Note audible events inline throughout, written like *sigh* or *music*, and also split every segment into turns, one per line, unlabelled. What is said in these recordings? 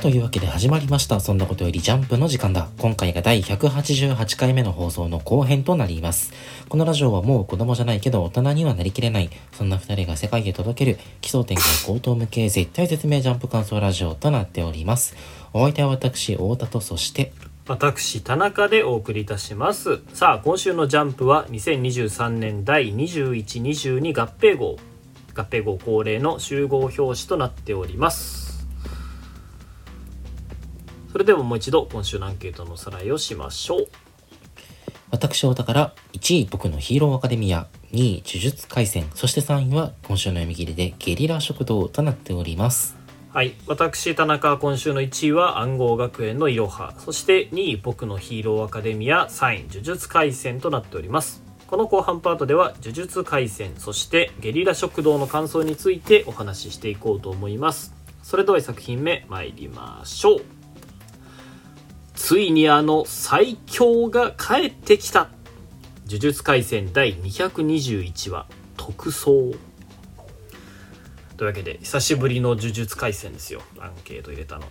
というわけで始まりました。そんなことよりジャンプの時間だ。今回が第188回目の放送の後編となります。このラジオはもう子供じゃないけど大人にはなりきれない。そんな二人が世界へ届ける奇想天外高等無形絶対絶命ジャンプ感想ラジオとなっております。お相手は私、太田とそして、
私田中でお送りいたしますさあ今週の「ジャンプ」は2023年第2122合併号合併号恒例の集合表紙となっておりますそれではもう一度今週のアンケートのおさらいをしましょう
私、太田から1位僕のヒーローアカデミア、2位呪術廻戦、そして3位は今週の読み切りでゲリラ食堂となっております。
はい私田中今週の1位は暗号学園のいろはそして2位僕のヒーローアカデミア3位呪術廻戦となっておりますこの後半パートでは呪術廻戦そしてゲリラ食堂の感想についてお話ししていこうと思いますそれでは作品目参りましょうついにあの最強が帰ってきた呪術廻戦第221話特装というわけで久しぶりの呪術廻戦ですよアンケート入れたの
は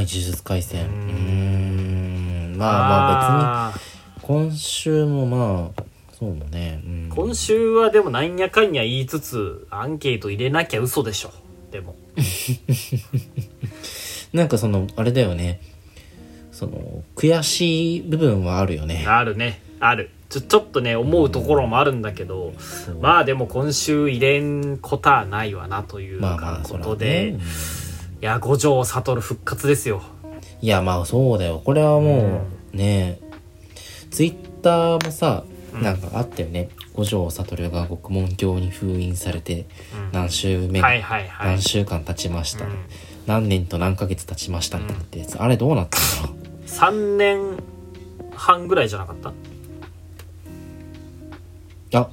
い、呪術廻戦。うー
ん
ん。まあまあ別に。
あー
今週もまあそうだね、うん、
今週はでもなんやかんや言いつつアンケート入れなきゃ嘘でしょでも
なんかそのあれだよねその悔しい部分はあるよね
あるねあるちょちょっとね思うところもあるんだけどまあでも今週入れんことはないわなという
まあまあそ
こ
れ
と
は
で、
ねうん
いや五条悟復活ですよ
いやまあそうだよこれはもうねツイッターもさなんかあったよね五条悟が獄門教に封印されて
うん
何週目、
はいはいはい
何週間経ちました、
うん
何年と何ヶ月経ちましたみたいなやつあれどうなったんだろう
3年半ぐらいじゃなかった
あ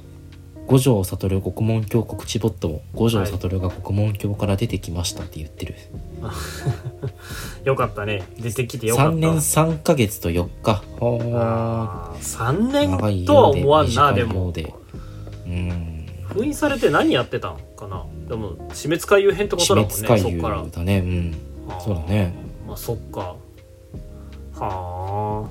五条悟獄門教告知ボットも五条悟が獄門教から出てきましたって言ってる、
よかったね出てきてよかった
3年3ヶ月と4日ほー
あー3
長い
年とは
ようで
思わんな
短
で
いよ
も
うでうん
封印されて何やってたんかなでも死滅回遊編ってこ
死
とだもん
滅
ね
回
そっ
遊
から
だねうん
あー
そうだね
まあそっかはあ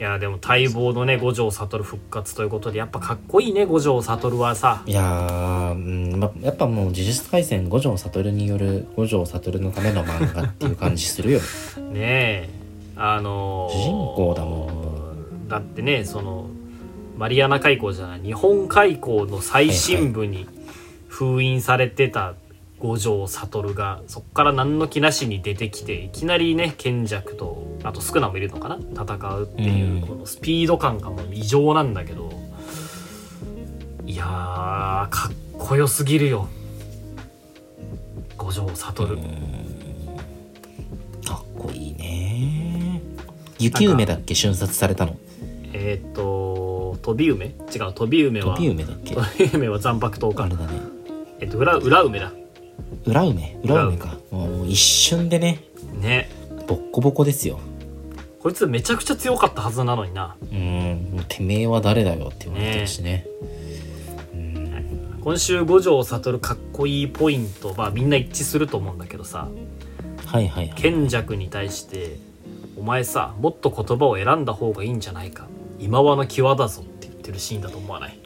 いやでも待望のね五条悟復活ということでやっぱかっこいいね五条悟はさ
いやー、うんま、やっぱもう「呪術廻戦五条悟」による五条悟のための漫画っていう感じする
*laughs*
よ
ねえあのー
主人公だもんも
だってねそのマリアナ海溝じゃない日本海溝の最深部に封印されてた五条悟がそっから何の気なしに出てきていきなりね賢弱とあと宿儺もいるのかな戦うっていう
うん
このスピード感がもう異常なんだけどいやーかっこよすぎるよ五条悟。
かっこいいね雪梅だっけ瞬殺されたの
えーっ、と飛び梅違う飛び梅は
飛び梅だっけあ
飛び梅は残白刀か
れだね
えっと裏裏梅だ
裏梅裏梅かもう一瞬でね
ね
ボッコボコですよ
こいつめちゃくちゃ強かったはずなのにな
うんもうてめえは誰だよって言われてるしねうん
今週五条悟かっこいいポイントまあみんな一致すると思うんだけどさ
はいはいはい
賢弱に対して「お前さもっと言葉を選んだ方がいいんじゃないか今はの際だぞ」って言ってるシーンだと思わない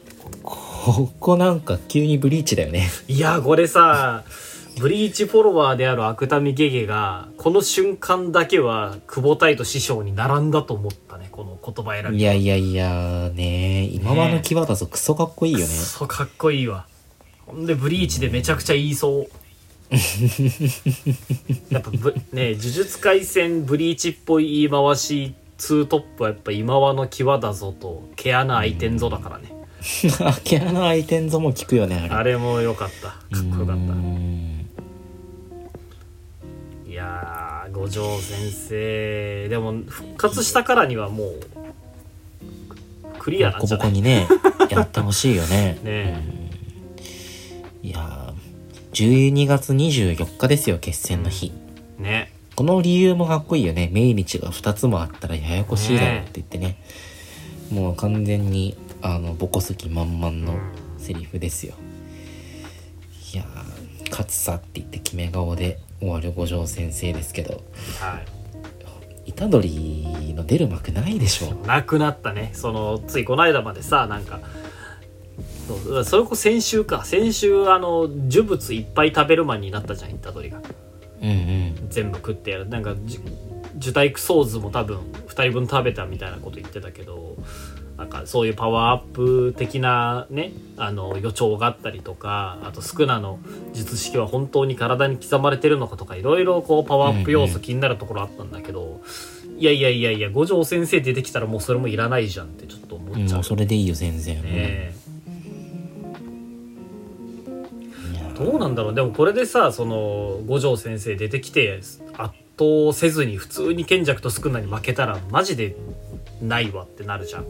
ここなんか急にブリーチだよ *laughs* ね
いやこれさブリーチフォロワーである芥見ゲゲがこの瞬間だけは久保太と師匠に並んだと思ったねこの言葉選び
いやいやいやね今はの際だぞクソかっこいいよね
そうかっこいいわほんでブリーチでめちゃくちゃ言
*laughs*
いそうやっぱぶね呪術廻戦ブリーチっぽい言い回しツートップはやっぱ今はの際だぞと毛穴開いてんぞだからね
毛穴開いてんぞも聞くよねあれ
あれも良かったかっこよかっ
うん
たいやー五条先生でも復活したからにはもうクリア
ボ
なん
コボ
じゃな
コ
い
にねやってほしいよ *laughs* ね
ね
うんいやー12月24日ですよ決戦の日、
ね
この理由もかっこいいよね。命日が2つもあったらややこしいだろって言ってね。もう完全に、あの、ボコすき満々のセリフですよ。いやー、勝つさって言って決め顔で、終わる五条先生ですけど
はい
虎杖の出る幕ないでしょ
なくなったねそのついこの間までさなんかそうそれこそ先週か先週あの呪物いっぱい食べるマンになったじゃん虎杖が
うんうん
全部食ってやるなんかじゅ受胎クソーズも多分2人分食べたみたいなこと言ってたけどなんかそういうパワーアップ的なねあの予兆があったりとかあとスクナの術式は本当に体に刻まれてるのかとかいろいろこうパワーアップ要素気になるところあったんだけど、いやいやいやいや五条先生出てきたらもうそれもいらないじゃんってちょっと
う
思っ
ん
ちゃ
も
う
うそれでいいよ全然、
ね。
いや
どうなんだろうでもこれでさその五条先生出てきて圧倒せずに普通に賢弱と少ないに負けたらマジでないわってなるじゃん、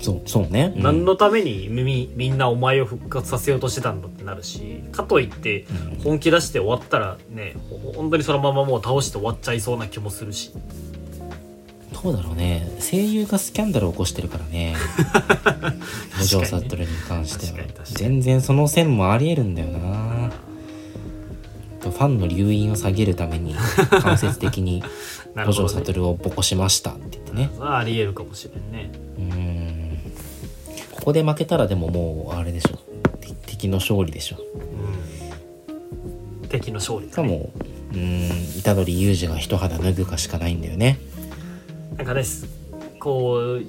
そうそうね、うん
何のためにみみんなお前を復活させようとしてたんだってなるしかといって本気出して終わったらねほ本当にそのままもう倒して終わっちゃいそうな気もするし
どうだろうね声優がスキャンダルを起こしてるから
*laughs*
ね五条悟に関して
確か
は
に確かに
全然その線もありえるんだよなファンの留飲を下げるため
*laughs*
に間接的に
なる
五
ほ
条
ど、ね、
悟をボコしましたって言ってね
あありえるかもしれんね
うんここで負けたらでももうあれでしょ敵敵の勝利でしょ
うん敵の勝利
し
だ
か
ね
もうん虎杖裕二が一肌脱ぐかしかないんだよね
なんかですこう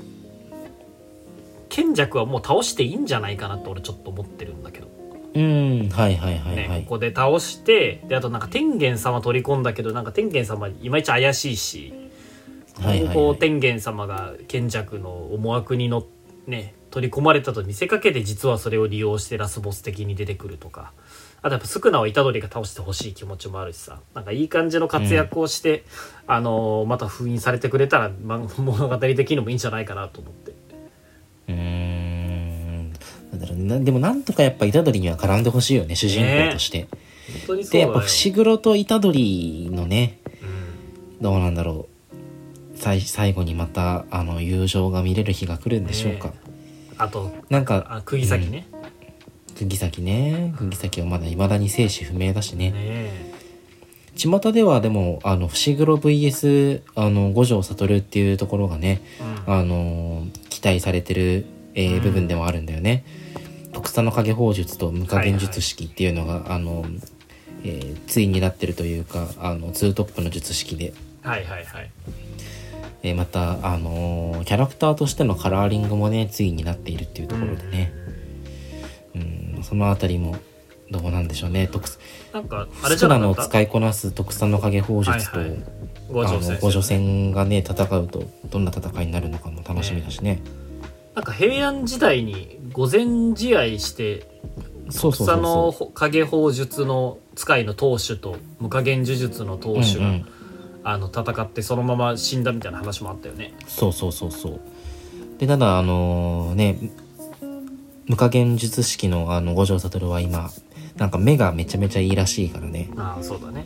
賢弱はもう倒していいんじゃないかなって俺ちょっと思ってるんだけど、
うんはいはいはい
ね
はい、
ここで倒してであとなんか天元様取り込んだけどなんか天元様いまいち怪しいし、
はいはいはい
こう天元様が賢弱の思惑にのね取り込まれたと見せかけて実はそれを利用してラスボス的に出てくるとかあとやっぱ宿儺は虎杖が倒してほしい気持ちもあるしさなんかいい感じの活躍をして、あのーまた封印されてくれたらま物語的にもいいんじゃないかなと思って。
うーんなんだろうなでもなんとかやっぱ虎杖には絡んでほしいよね主人公として、
本当にそう
で
だ
や
よ
っぱ伏黒と虎杖のね
うん
どうなんだろう最最後にまたあの友情が見れる日が来るんでしょうか、
ねあと
なんか
あ釘先ね、
釘崎ね釘崎はまだ未だに生死不明だしね
ねえ
巷ではでもあの伏黒 VS あの五条悟っていうところがね
うん
あのー期待されてる、えー
うん
部分でもあるんだよね。特産の影砲術と無加減術式っていうのが、あのーえー対になってるというかあのツートップの術式で、
はいはいはい
えーまた、あのーキャラクターとしてのカラーリングもね対になっているっていうところでね、うん、そのあたりもどうなんでしょうね特
なんかあれ
スク
じゃな
ラ
か
の
った
使いこなす特産の影砲術と、
はいはい
あ
五条
の
先
五条
生
戦がね戦うとどんな戦いになるのかも楽しみだしね。
なんか平安時代に御前試合して
そうそうそう
草
そう
の影砲術の使いの当主と無加減呪術の当主が、
うんうん
あの戦ってそのまま死んだみたいな話もあったよね
そうそうそうそうでただあのね無加減術式のあの五条悟は今なんか目がめちゃめちゃいいらしいからね
ああそうだね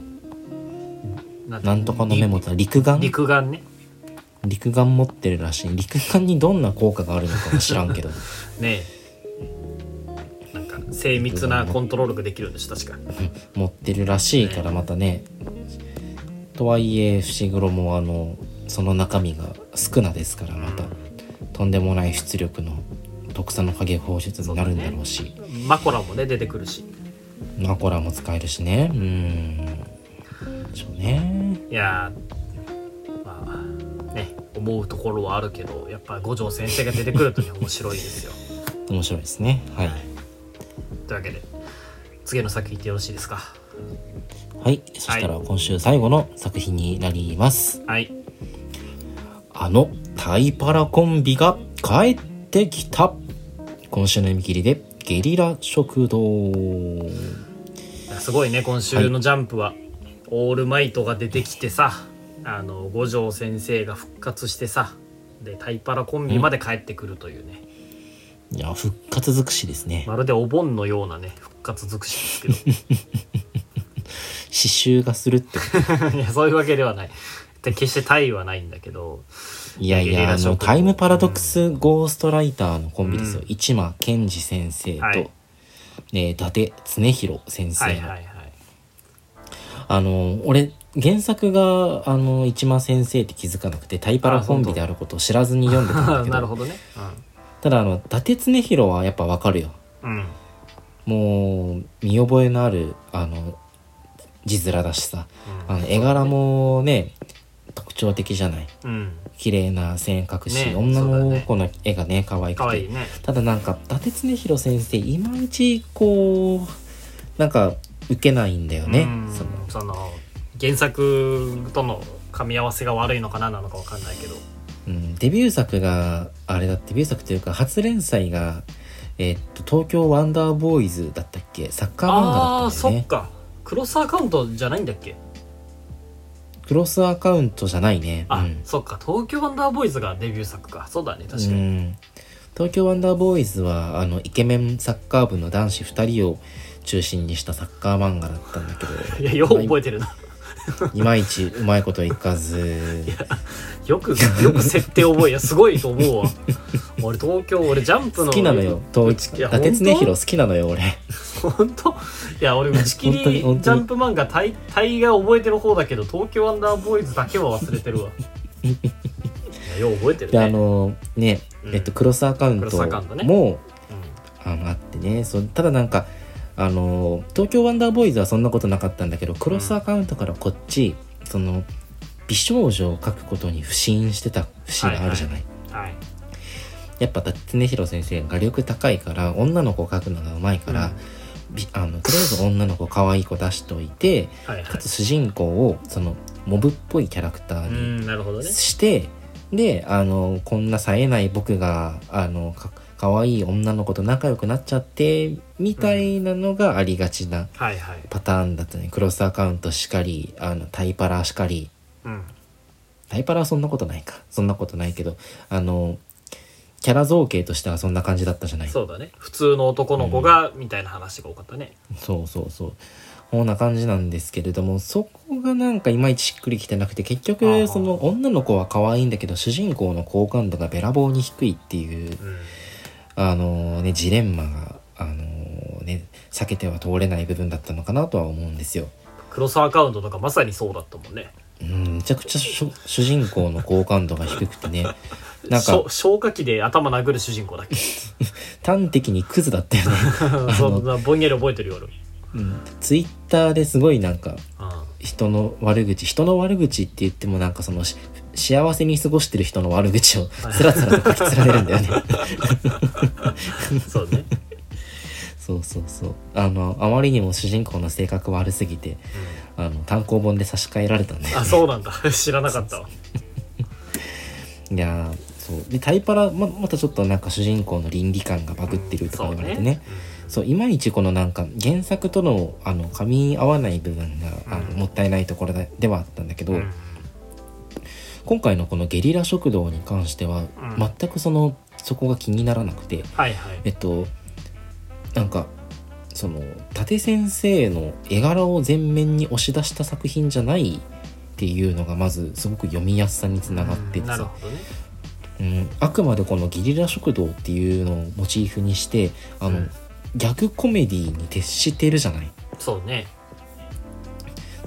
なんて
なんとかのメモって陸眼
り陸眼ね
陸眼持ってるらしい陸眼にどんな効果があるのかは知らん *laughs* けど
ねえなんか精密なコントロールができるんです確か
持ってるらしいからまたねとはいえ伏黒もあのその中身が少なですからまたとんでもない出力の特産の影放出になるんだろうし。
マコラもね出てくるし
マコラも使えるしねうんそうね
いやーまあね思うところはあるけどやっぱ五条先生が出てくるとね面白いですよ
面白いですねはい
というわけで次の作品ってよろしいですか
はいそしたら今週最後の作品になります、
はい
あのタイパラコンビが帰ってきた今週の読み切りでゲリラ食堂
すごいね今週の「ジャンプは」オールマイトが出てきてさあの五条先生が復活してさでタイパラコンビまで帰ってくるというね、
いや復活尽くしですね
まるでお盆のようなね復活尽くしですけ
刺繍がするってこと *laughs*
どいやそういうわけではないで決してタイはないんだけど
いやい
ゲリ
や
ラ
あ
食堂
のタイムパラドックスゴーストライターのコンビですよ、
うん
一間健二先生と、
はい
えー伊達恒弘先生
は
の
いはいはい
あの俺原作があの一間先生って気づかなくてタイパラコンビであることを知らずに読んでたんだけど
なるほどね
ただあの伊達恒弘はやっぱわかるよ
うん、うん、
もう見覚えのあるあの字面だしさあの絵柄もね特徴的じゃない
うん
綺麗な線描くし、
ね
女
そうだ
の
ね
子の絵がね可愛くて
かわいいね
ただなんか伊達恒弘先生いまいちこうなんか受けないんだよね、
うん
その
その原作との噛み合わせが悪いのかななのかわかんないけど
うん、デビュー作があれだデビュー作というか初連載が、えっと東京ワンダーボーイズだったっけサッカー漫
あ
画だったん
あー
だ
そ
よ
っ
ね
かクロスアカウントじゃないんだっけ
クロスアカウントじゃないね
あ、
うん
そっか東京ワンダーボーイズがデビュー作かそうだね確か
う
に、
ん東京ワンダーボーイズはあのイケメンサッカー部の男子2人を中心にしたサッカー漫画だったんだけど
*laughs* いやよう覚えてるな
いまいちうまいこといか
*laughs*
ず
よくよく設定覚えいやすごいと思うわ *laughs* 俺東京俺ジャンプの
好きなのよ東
いや
伊達恒
本当
弘好きなのよ俺
本当いや俺打ち切り
本
ジ
当に本当に
ャンプ漫画大大概覚えてる方だけど東京ワンダーボーイズだけは忘れてるわいやよう覚えてる
で
ね
あのね、
うん
えっとクロスアカウン
クロスアカウント
ト
ね
も
うん
あのあってねそうただなんかあの東京ワンダーボーイズはそんなことなかったんだけどクロスアカウントからこっち、その美少女を描くことに不信してた節があるじゃない、
はい
やっぱ辰根弘先生画力高いから女の子を描くのがうまいから、びあのとりあえず女の子可愛い子出しといて
はいは
か
い
つ主人公をそのモブっぽいキャラクタ
う
ーに
んなるほどね
してであのこんな冴えない僕があのか可愛い女の子と仲良くなっちゃってみたいなのがありがちな
はいはい
パターンだったねクロスアカウントしかりあのタイパラしかり
うん
タイパラはそんなことないかそんなことないけどあのキャラ造形としてはそんな感じだったじゃないそう
そうだね普通の男の子がみたいな話が多かったね
そうそうこんな感じなんですけれどもそこがなんかいまいちしっくりきてなくて結
あー
局その女の子は可愛いんだけど主人公の好感度がべらぼうに低いっていう
うん
あのね、ジレンマが、あのね、避けては通れない部分だったのかなとは思うんですよ。
クロスアカウントとかまさにそうだったもんね
うん、めちゃくちゃ主主人公の好感度が低くてね、なん
しょ
か
消火器で頭殴る主人公だっ
*laughs*
け *laughs*
端的にクズだったよね。
そんなぼんやり覚えてるよ俺
うん、ツイッターですごいなんか
うん
人の悪口、人の悪口って言ってもなんかそのし幸せに過ごしてる人の悪口をつらつらと書き連ねるんだよね。
そうね
そうそうそう。あの、あまりにも主人公の性格悪すぎて、あの、単行本で差し替えられたんだよね
あそうなんだ *laughs* 知らなかったわ
いやーそうでタイパラままたちょっとなんか主人公の倫理観がバグってるとか言われてね,、そういまいちこのなんか原作とのあの噛み合わない部分があの
うん
もったいないところだではあったんだけど、
うんうん
今回のこの「ゲリラ食堂」に関しては、
うん
全くそのそこが気にならなくて
はいはい
えっとなんかその伊達先生の絵柄を前面に押し出した作品じゃないっていうのがまずすごく読みやすさにつながってて
うんなる
さ
ほどね
うん、あくまでこのゲリラ食堂っていうのをモチーフにしてあの、
うん
ギャグコメディに徹してるじゃない
そうね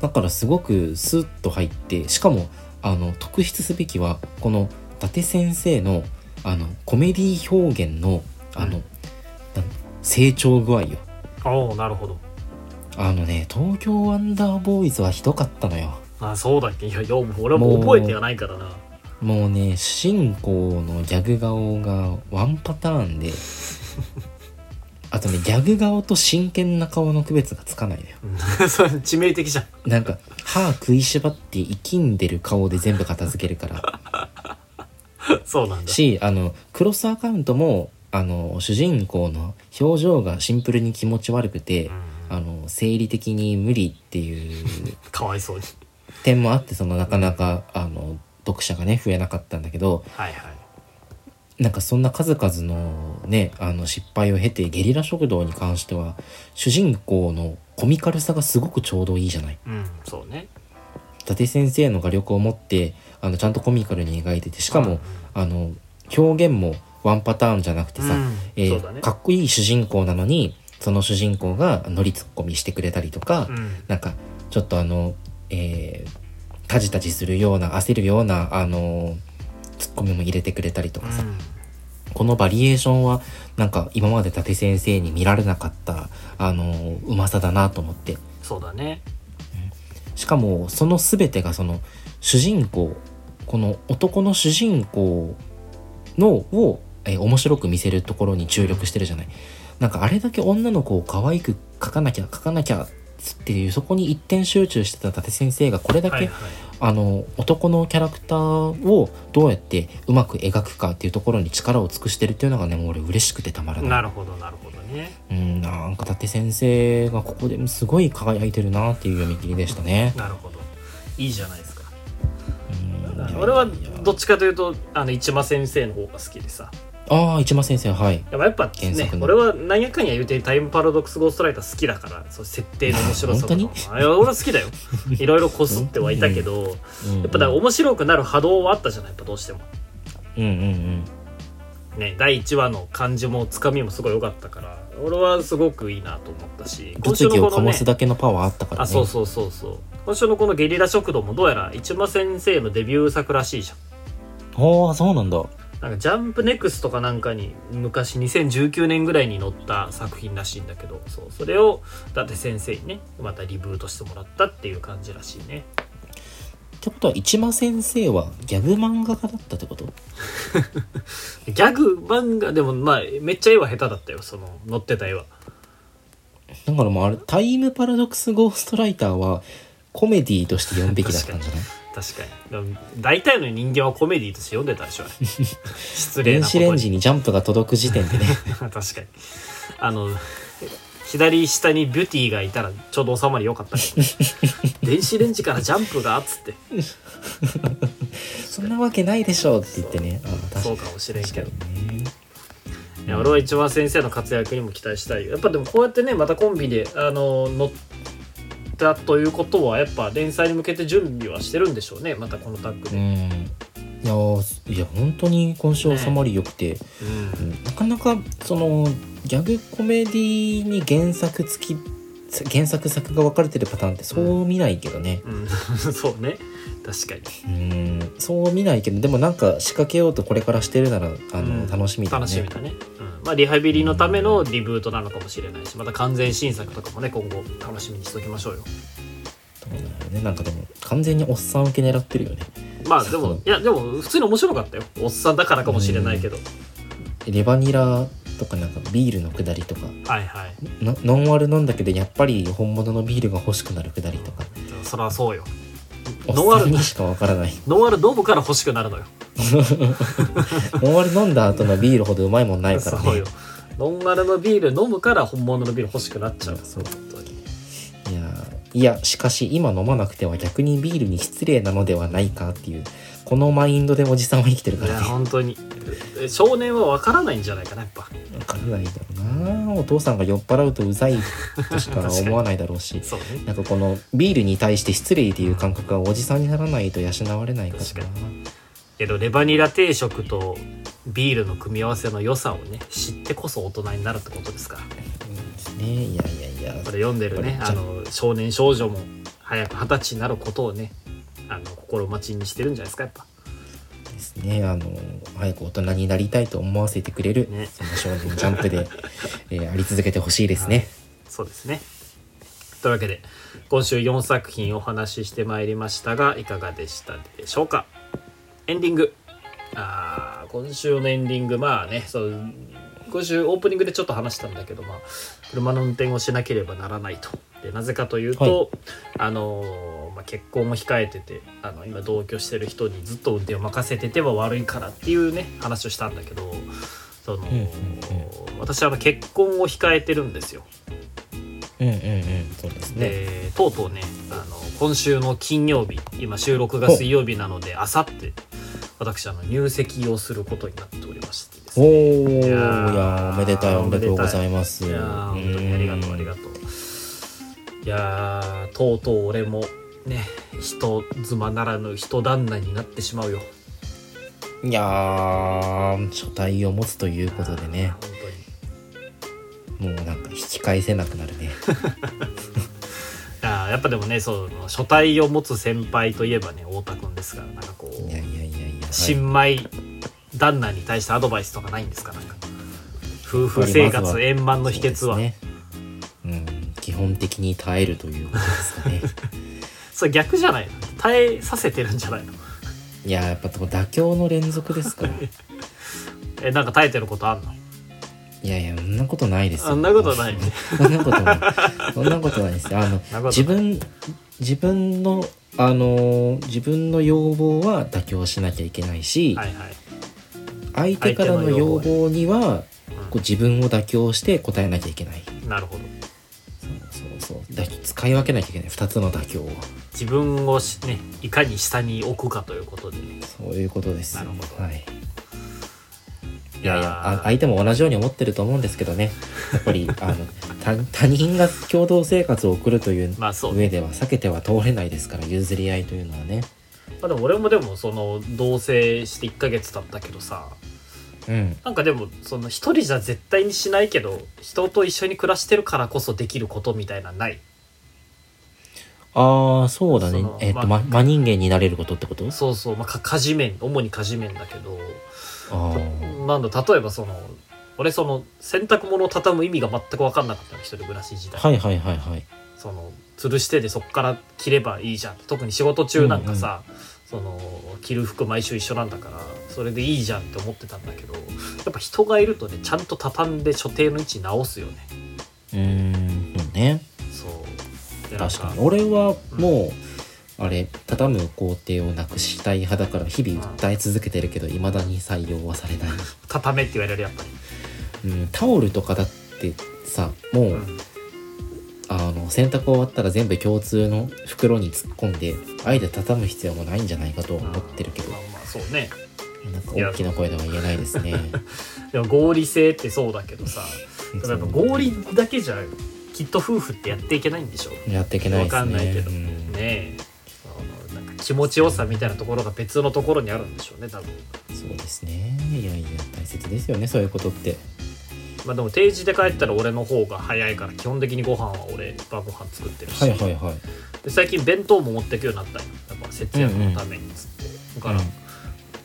だからすごくスッと入ってしかもあの特筆すべきはこの伊達先生のあのコメディ表現のあの、
うん
なん成長具合よ
おおなるほど
あのね東京ワンダーボーイズはひどかったのよ
あそうだっけいやよう俺も覚えてはないからな
もうね主人公のギャグ顔がワンパターン
*laughs*
であとねギャグ顔と真剣な顔の区別がつかないのよ
うん *laughs* それ致命的じゃん
なんか歯食いしばって生きんでる顔で全部片付ける
*laughs*
から
そうなんだ
しあのクロスアカウントもあの主人公の表情がシンプルに気持ち悪くて
うん
あの生理的に無理っていう
かわいそうに
点もあってそのなかなかあの読者がね増えなかったんだけど
はいはい
なんかそんな数々のねあの失敗を経てゲリラ食堂に関しては主人公のコミカルさがすごくちょうどいいじゃない
うんそうね
伊達先生の画力を持ってあのちゃんとコミカルに描いててしかもあの表現もワンパターンじゃなくてさ、
うん
えー
そうだね
かっこいい主人公なのにその主人公が乗りツッコミしてくれたりとか、
うん
なんかちょっとあの、えー、タジタジするような焦るようなあのツッコミも入れてくれたりとかさ、このバリエーションはなんか今まで伊達先生に見られなかったあのうまさだなと思って
そうだね
しかもその全てがその主人公この男の主人公のを、えー面白く見せるところに注力してるじゃないなんかあれだけ女の子を可愛く描かなきゃ描かなきゃっていうそこに一点集中してた伊達先生がこれだけ、
はいはい
あの男のキャラクターをどうやってうまく描くかっていうところに力を尽くしてるっていうのがねもう俺嬉しくてたまらない
なるほどなるほどね
うんなんか伊達先生がここでもすごい輝いてるなっていう読み切りでしたね。
なるほどいいじゃないですか
うんいや
俺はどっちかというとあの市間先生の方が好きでさ
ああ、一間先生、はい。
でもやっぱ
原
ね
作の
俺は何やかんや言うてタイムパラドックスゴーストライター好きだからそう設定の面白さとかも
本
あいや俺は好きだよいろいろこすってはいたけど
うん、
やっぱだから面白くなる波動はあったじゃないやっぱどうしても
うんうんうん。
ね第1話の感じもつかみもすごい良かったから俺はすごくいいなと思ったし
物議をか
ね
もすだけのパワーあったからね。
あそうそうそうそう今週のこのゲリラ食堂もどうやら一間先生のデビュー作らしいじゃん
ああ、そうなんだ。
なんかジャンプネクストかなんかに昔2019年ぐらいに載った作品らしいんだけどそうそれを伊達先生にねまたリブートしてもらったっていう感じらしいね
ってことは、一間先生はギャグ漫画家だったってこと
ギャグ漫画でもまあめっちゃ絵は下手だったよその載ってた絵は
だからもうあれ、タイムパラドックスゴーストライターはコメディーとして読むべきだったんじゃない
確かにでも大体の人間はコメディとして読んでたでしょあ
*laughs*
れ失礼
電
なこ
子
と
レン
に
ジにジャンプが届く時点でね。
*laughs* 確かにあの左下にビュティがいたらちょうど収まりよかったけ
*laughs*
ど電子レンジからジャンプがっつって
そんなわけないでしょうって言ってね。あー
そう
確
かもしれんけ
か
ど
にね。
いや俺は一番先生の活躍にも期待したいよやっぱでもこうやってねまたコンビであの乗ったということはやっぱ連載に向けて準備はしてるんでしょうねまたこのタッグ
う
で、
ん。いやーいや本当に今週収まり良くて、
うん
なかなかそのギャグコメディに原作付き原作作が分かれてるパターンってそう見ないけどね、
うん *laughs* そうね確かに
うん、そう見ないけどでもなんか仕掛けようとこれからしてるならあの、
うん
楽しみだね
楽しみだね、うんまあ、リハビリのためのリブートなのかもしれないしまた完全新作とかもね今後楽しみにしときましょうよ
そうだよねなんかでも完全におっさん受け狙ってるよね
まあで
そ
も
う
いやでも普通に面白かったよおっさんだからかもしれないけど、
レバニラとかなんかビールのくだりとか
はいはい
のノンアル飲んだけどやっぱり本物のビールが欲しくなるくだりとか
そりゃそうよノン
お
ア
っさ
ル
んにしか分から
*laughs*
ない
ノンアル飲むから欲しくなるのよ
ノンアル飲んだ後のビールほどうまいもんないから
そう
ね
よノンアルのビール飲むから本物のビール欲しくなっちゃう
そう
本当に
いやーいやしかし今飲まなくては逆にビールに失礼なのではないかっていうこのマインドでおじさんは生きてるか
い
ら
や
ね
本当にえ少年は分からないんじゃないかなやっぱ
分からないだろうなお父さんが酔っ払うとうざいとし
確
か
かに
思わないだろう
*laughs*
し
そうね
なんかこのビールに対して失礼っていう感覚がおじさんにならないと養われないから
確かけどレバニラ定食とビールの組み合わせの良さをね知ってこそ大人になるってことですから
なねいやいやいや
これ読んでるね
これ
あの少年少女も早く二十歳になることをねあの心待ちにしてるんじゃないですかやっぱ
ですねあの早く大人になりたいと思わせてくれる、
ね
そんな少年ジャンプで、 *laughs* えーあり続けてほしいですね。
そうですねというわけで今週4作品お話ししてまいりましたがいかがでしたでしょうかエンディングあー今週のエンディングまあねそう今週オープニングでちょっと話したんだけど、まあ、車の運転をしなければならないとでなぜかというと、あのーまあ、結婚も控えててあの今同居してる人にずっと運転を任せてては悪いからっていうね話をしたんだけどその、
うんうんうん
私はあの結婚を控えてるんですよ。
うんうんうんそうですね。
でとうとうねあの今週の金曜日今収録が水曜日なのであさって私あの入籍をすることになっておりましてです
お
ね
ーい
いや
や
ー
ーおめでたいおめでとうございます。
いやー本当にありがとうありがとういやーとうとう俺もね人妻ならぬ人旦那になってしまうよ
う。いやー書体を持つということでね
あー本当に *laughs*
もうなんか引き返せなくなるね。
あーやっぱでもねそう初体を持つ先輩といえばね太田君ですからなんかこ
いや
う
いやいやいや、はい
*laughs* 新米旦那に対してアドバイスとかないんですかなんか夫婦
ま
生
ずは
活円満の秘訣は
そ
そうう,、
ですねうん、基本的に耐えるということです
*laughs*
かね
逆じゃないの耐えさせてるんじゃないの
いややっぱこう妥協の連続です
*laughs*
からい
えなんか耐えてることあんの
やいやそんなことないですよ
あんなことない
*laughs* そんなことないそんなことないですよあの
なるほど
自分自分のあの自分の要望は妥協しなきゃいけないし、
はいはい
相手からの要望にはこう自分を妥協して答えなきゃいけない
なるほど
そうそうそうだ使い分けなきゃいけない2つの妥協を
自分をしねいかに下に置くかということでね
そういうことですよ
なるほど
はい、
い
いやいやあ相手も同じように思ってると思うんですけどねやっぱりあの他他人が共同生活を送るという
まあそうね
上では避けては通れないですから譲り合いというのはね
まあ、でも俺もでもその同棲して1ヶ月経ったけどさ
うん
なんかでもその一人じゃ絶対にしないけど人と一緒に暮らしてるからこそできることみたいなのない
ああそうだね
その
えっ、と、
ま
ま、真人間になれることってことあ
そうそうまあか家事面主に家事面だけど
あ
なんだ例えばその俺その洗濯物を畳む意味が全く分かんなかったの一人暮らし時代
はいはいはいはい
その吊るしてでそっから着ればいいじゃん特に仕事中なんかさ、その着る服毎週一緒なんだからそれでいいじゃんって思ってたんだけどやっぱ人がいるとねちゃんと畳んで所定の位置直すよね
うーんそうね
そうでなん
確かに俺はもう、あれ畳む工程をなくしたい派だから日々訴え続けてるけどいまだに採用はされない、
畳めって言われるやっぱ
うん、タオルとかだってさもう、
り、うん
あの洗濯終わったら全部共通の袋に突っ込んであえて畳む必要もないんじゃないかと思ってるけど
まあまあそうね
なんか大きな声では言えないですね。
でも合理性ってそうだけどさ *laughs* でもやっぱ合理だけじゃきっと夫婦ってやっていけないんでしょ
やっていけないですね。
わかんないけど
うん
ねえあのなんか気持ちよさみたいなところが別のところにあるんでしょうね多分
そうですね。いやいや大切ですよねそういうことって。
まあでも定時で帰ったら俺の方が早いから基本的にご飯は俺晩ご飯作ってるし、
はいはいはい。
で最近弁当も持ってくようになったんよやっぱ節約のためにっつって、だから、
う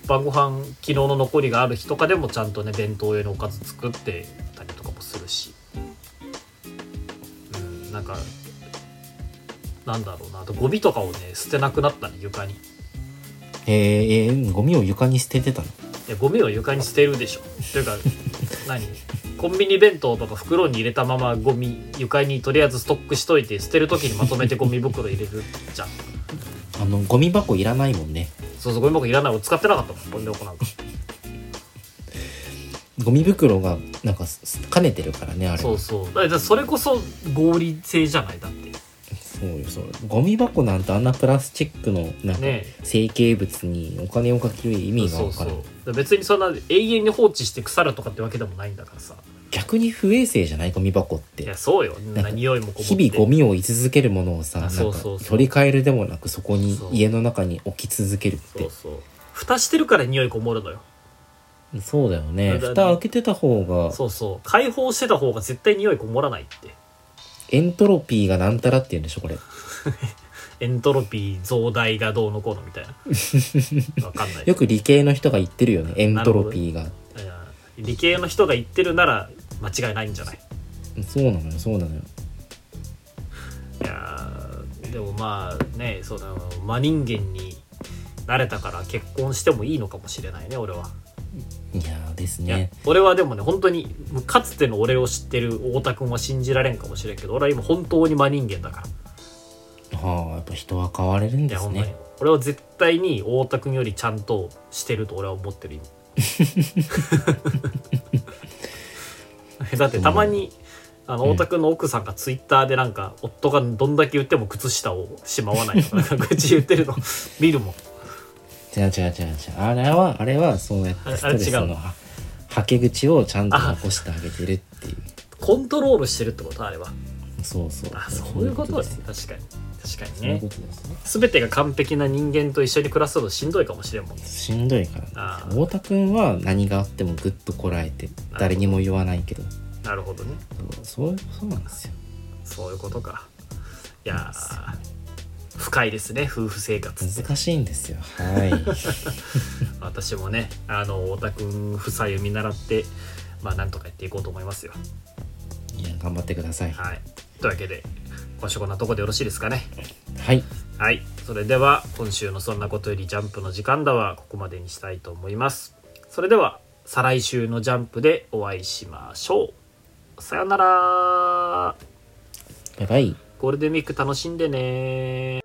晩ご飯昨日の残りがある日とかでもちゃんとね弁当用のおかず作ってたりとかもするしうんなんかなんだろうなあとゴミとかをね捨てなくなったね床にい
んえーえーゴミを床に捨ててたの。
やゴミを床に捨てるでしょというか何コンビニ弁当とか袋に入れたままゴミ床にとりあえずストックしといて捨てる時にまとめてゴミ袋入れるじゃん
あのゴミ箱いらないもんね。
そうそうゴミ箱いらない俺使ってなかったもんゴミ箱なんか
ゴミ袋がなんかす兼ねてるからねあれ。
そうそうだからそれこそ合理性じゃないだって
そうよそうよゴミ箱なんてあんなプラスチックのなんか
ねえ
成形物にお金をかける意味が
そ
わ
う
か
そう
る
別にそんな永遠に放置して腐るとかってわけでもないんだからさ
逆に不衛生じゃないゴミ箱っ
い
て
やそうよ
なんか
匂いもこもって
日々ゴミを居続けるものをさな
あ
んか
そうそうそう
取り替えるでもなくそこに
そう
家の中に置き続けるっ
そ
て
うそう蓋してるから匂いこもるのよ
そうだよね
だから
蓋開けてた方が
そうそう開放してた方が絶対匂いこもらないって
エントロピーがなんたらって言うんでしょこれ
エントロピー増大がどうのこうのみたい
*laughs*
なわかんない
よく理系の人が言ってるよねエントロピーが、
いや理系の人が言ってるなら間違いないんじゃない
そうなのよそうなのよ
いやーでもまあねその真人間になれたから結婚してもいいのかもしれないね俺はい
やーです
いや
ね
俺はでもね本当にかつての俺を知ってる太田君は信じられんかもしれんけど俺は今本当に真人間だから
はあやっぱ人は変われるん
い
で
や
す
本当に
ね
俺は絶対に太田君よりちゃんとしてると俺は思ってる
*laughs*
今だってたまにあの
うん
太田君の奥さんがツイッターでなんか、夫がどんだけ言っても靴下をしまわないとかなんか愚痴言っ
*laughs*
てるの見るもん
違う違う違う違うあれはあれはそうやっ
あれ
てストレス
あれ違う
のははけ口をちゃんと残してあげてるっていう
コントロールしてるってことあれば
そうそう
あそういうこと
で
ですす
よ
ね確かに確か
そう
に
いう
ね
ことですね
全てが完璧な人間と一緒に暮らすのしんどいかもしれんもんね
しんどいから
あー
太田君は何があってもグッとこらえて
ど
誰にも言わないけど
なるほどね
そうそういうことなんですよ
そういうことかいやー深いですね夫婦生活って
難しいんですよ
*laughs*
はい
私もねあの太田君夫妻を見習ってまあなんとかやっていこうと思いますよ
いや頑張ってくださいは
はいというわけで今週こんなとこでよろしいですかね
い
はいそれでは今週の「そんなことよりジャンプ」の時間だはここまでにしたいと思いますそれでは再来週の「ジャンプ」でお会いしましょうさよなら
バイバイ
ゴールデンウィーク楽しんでね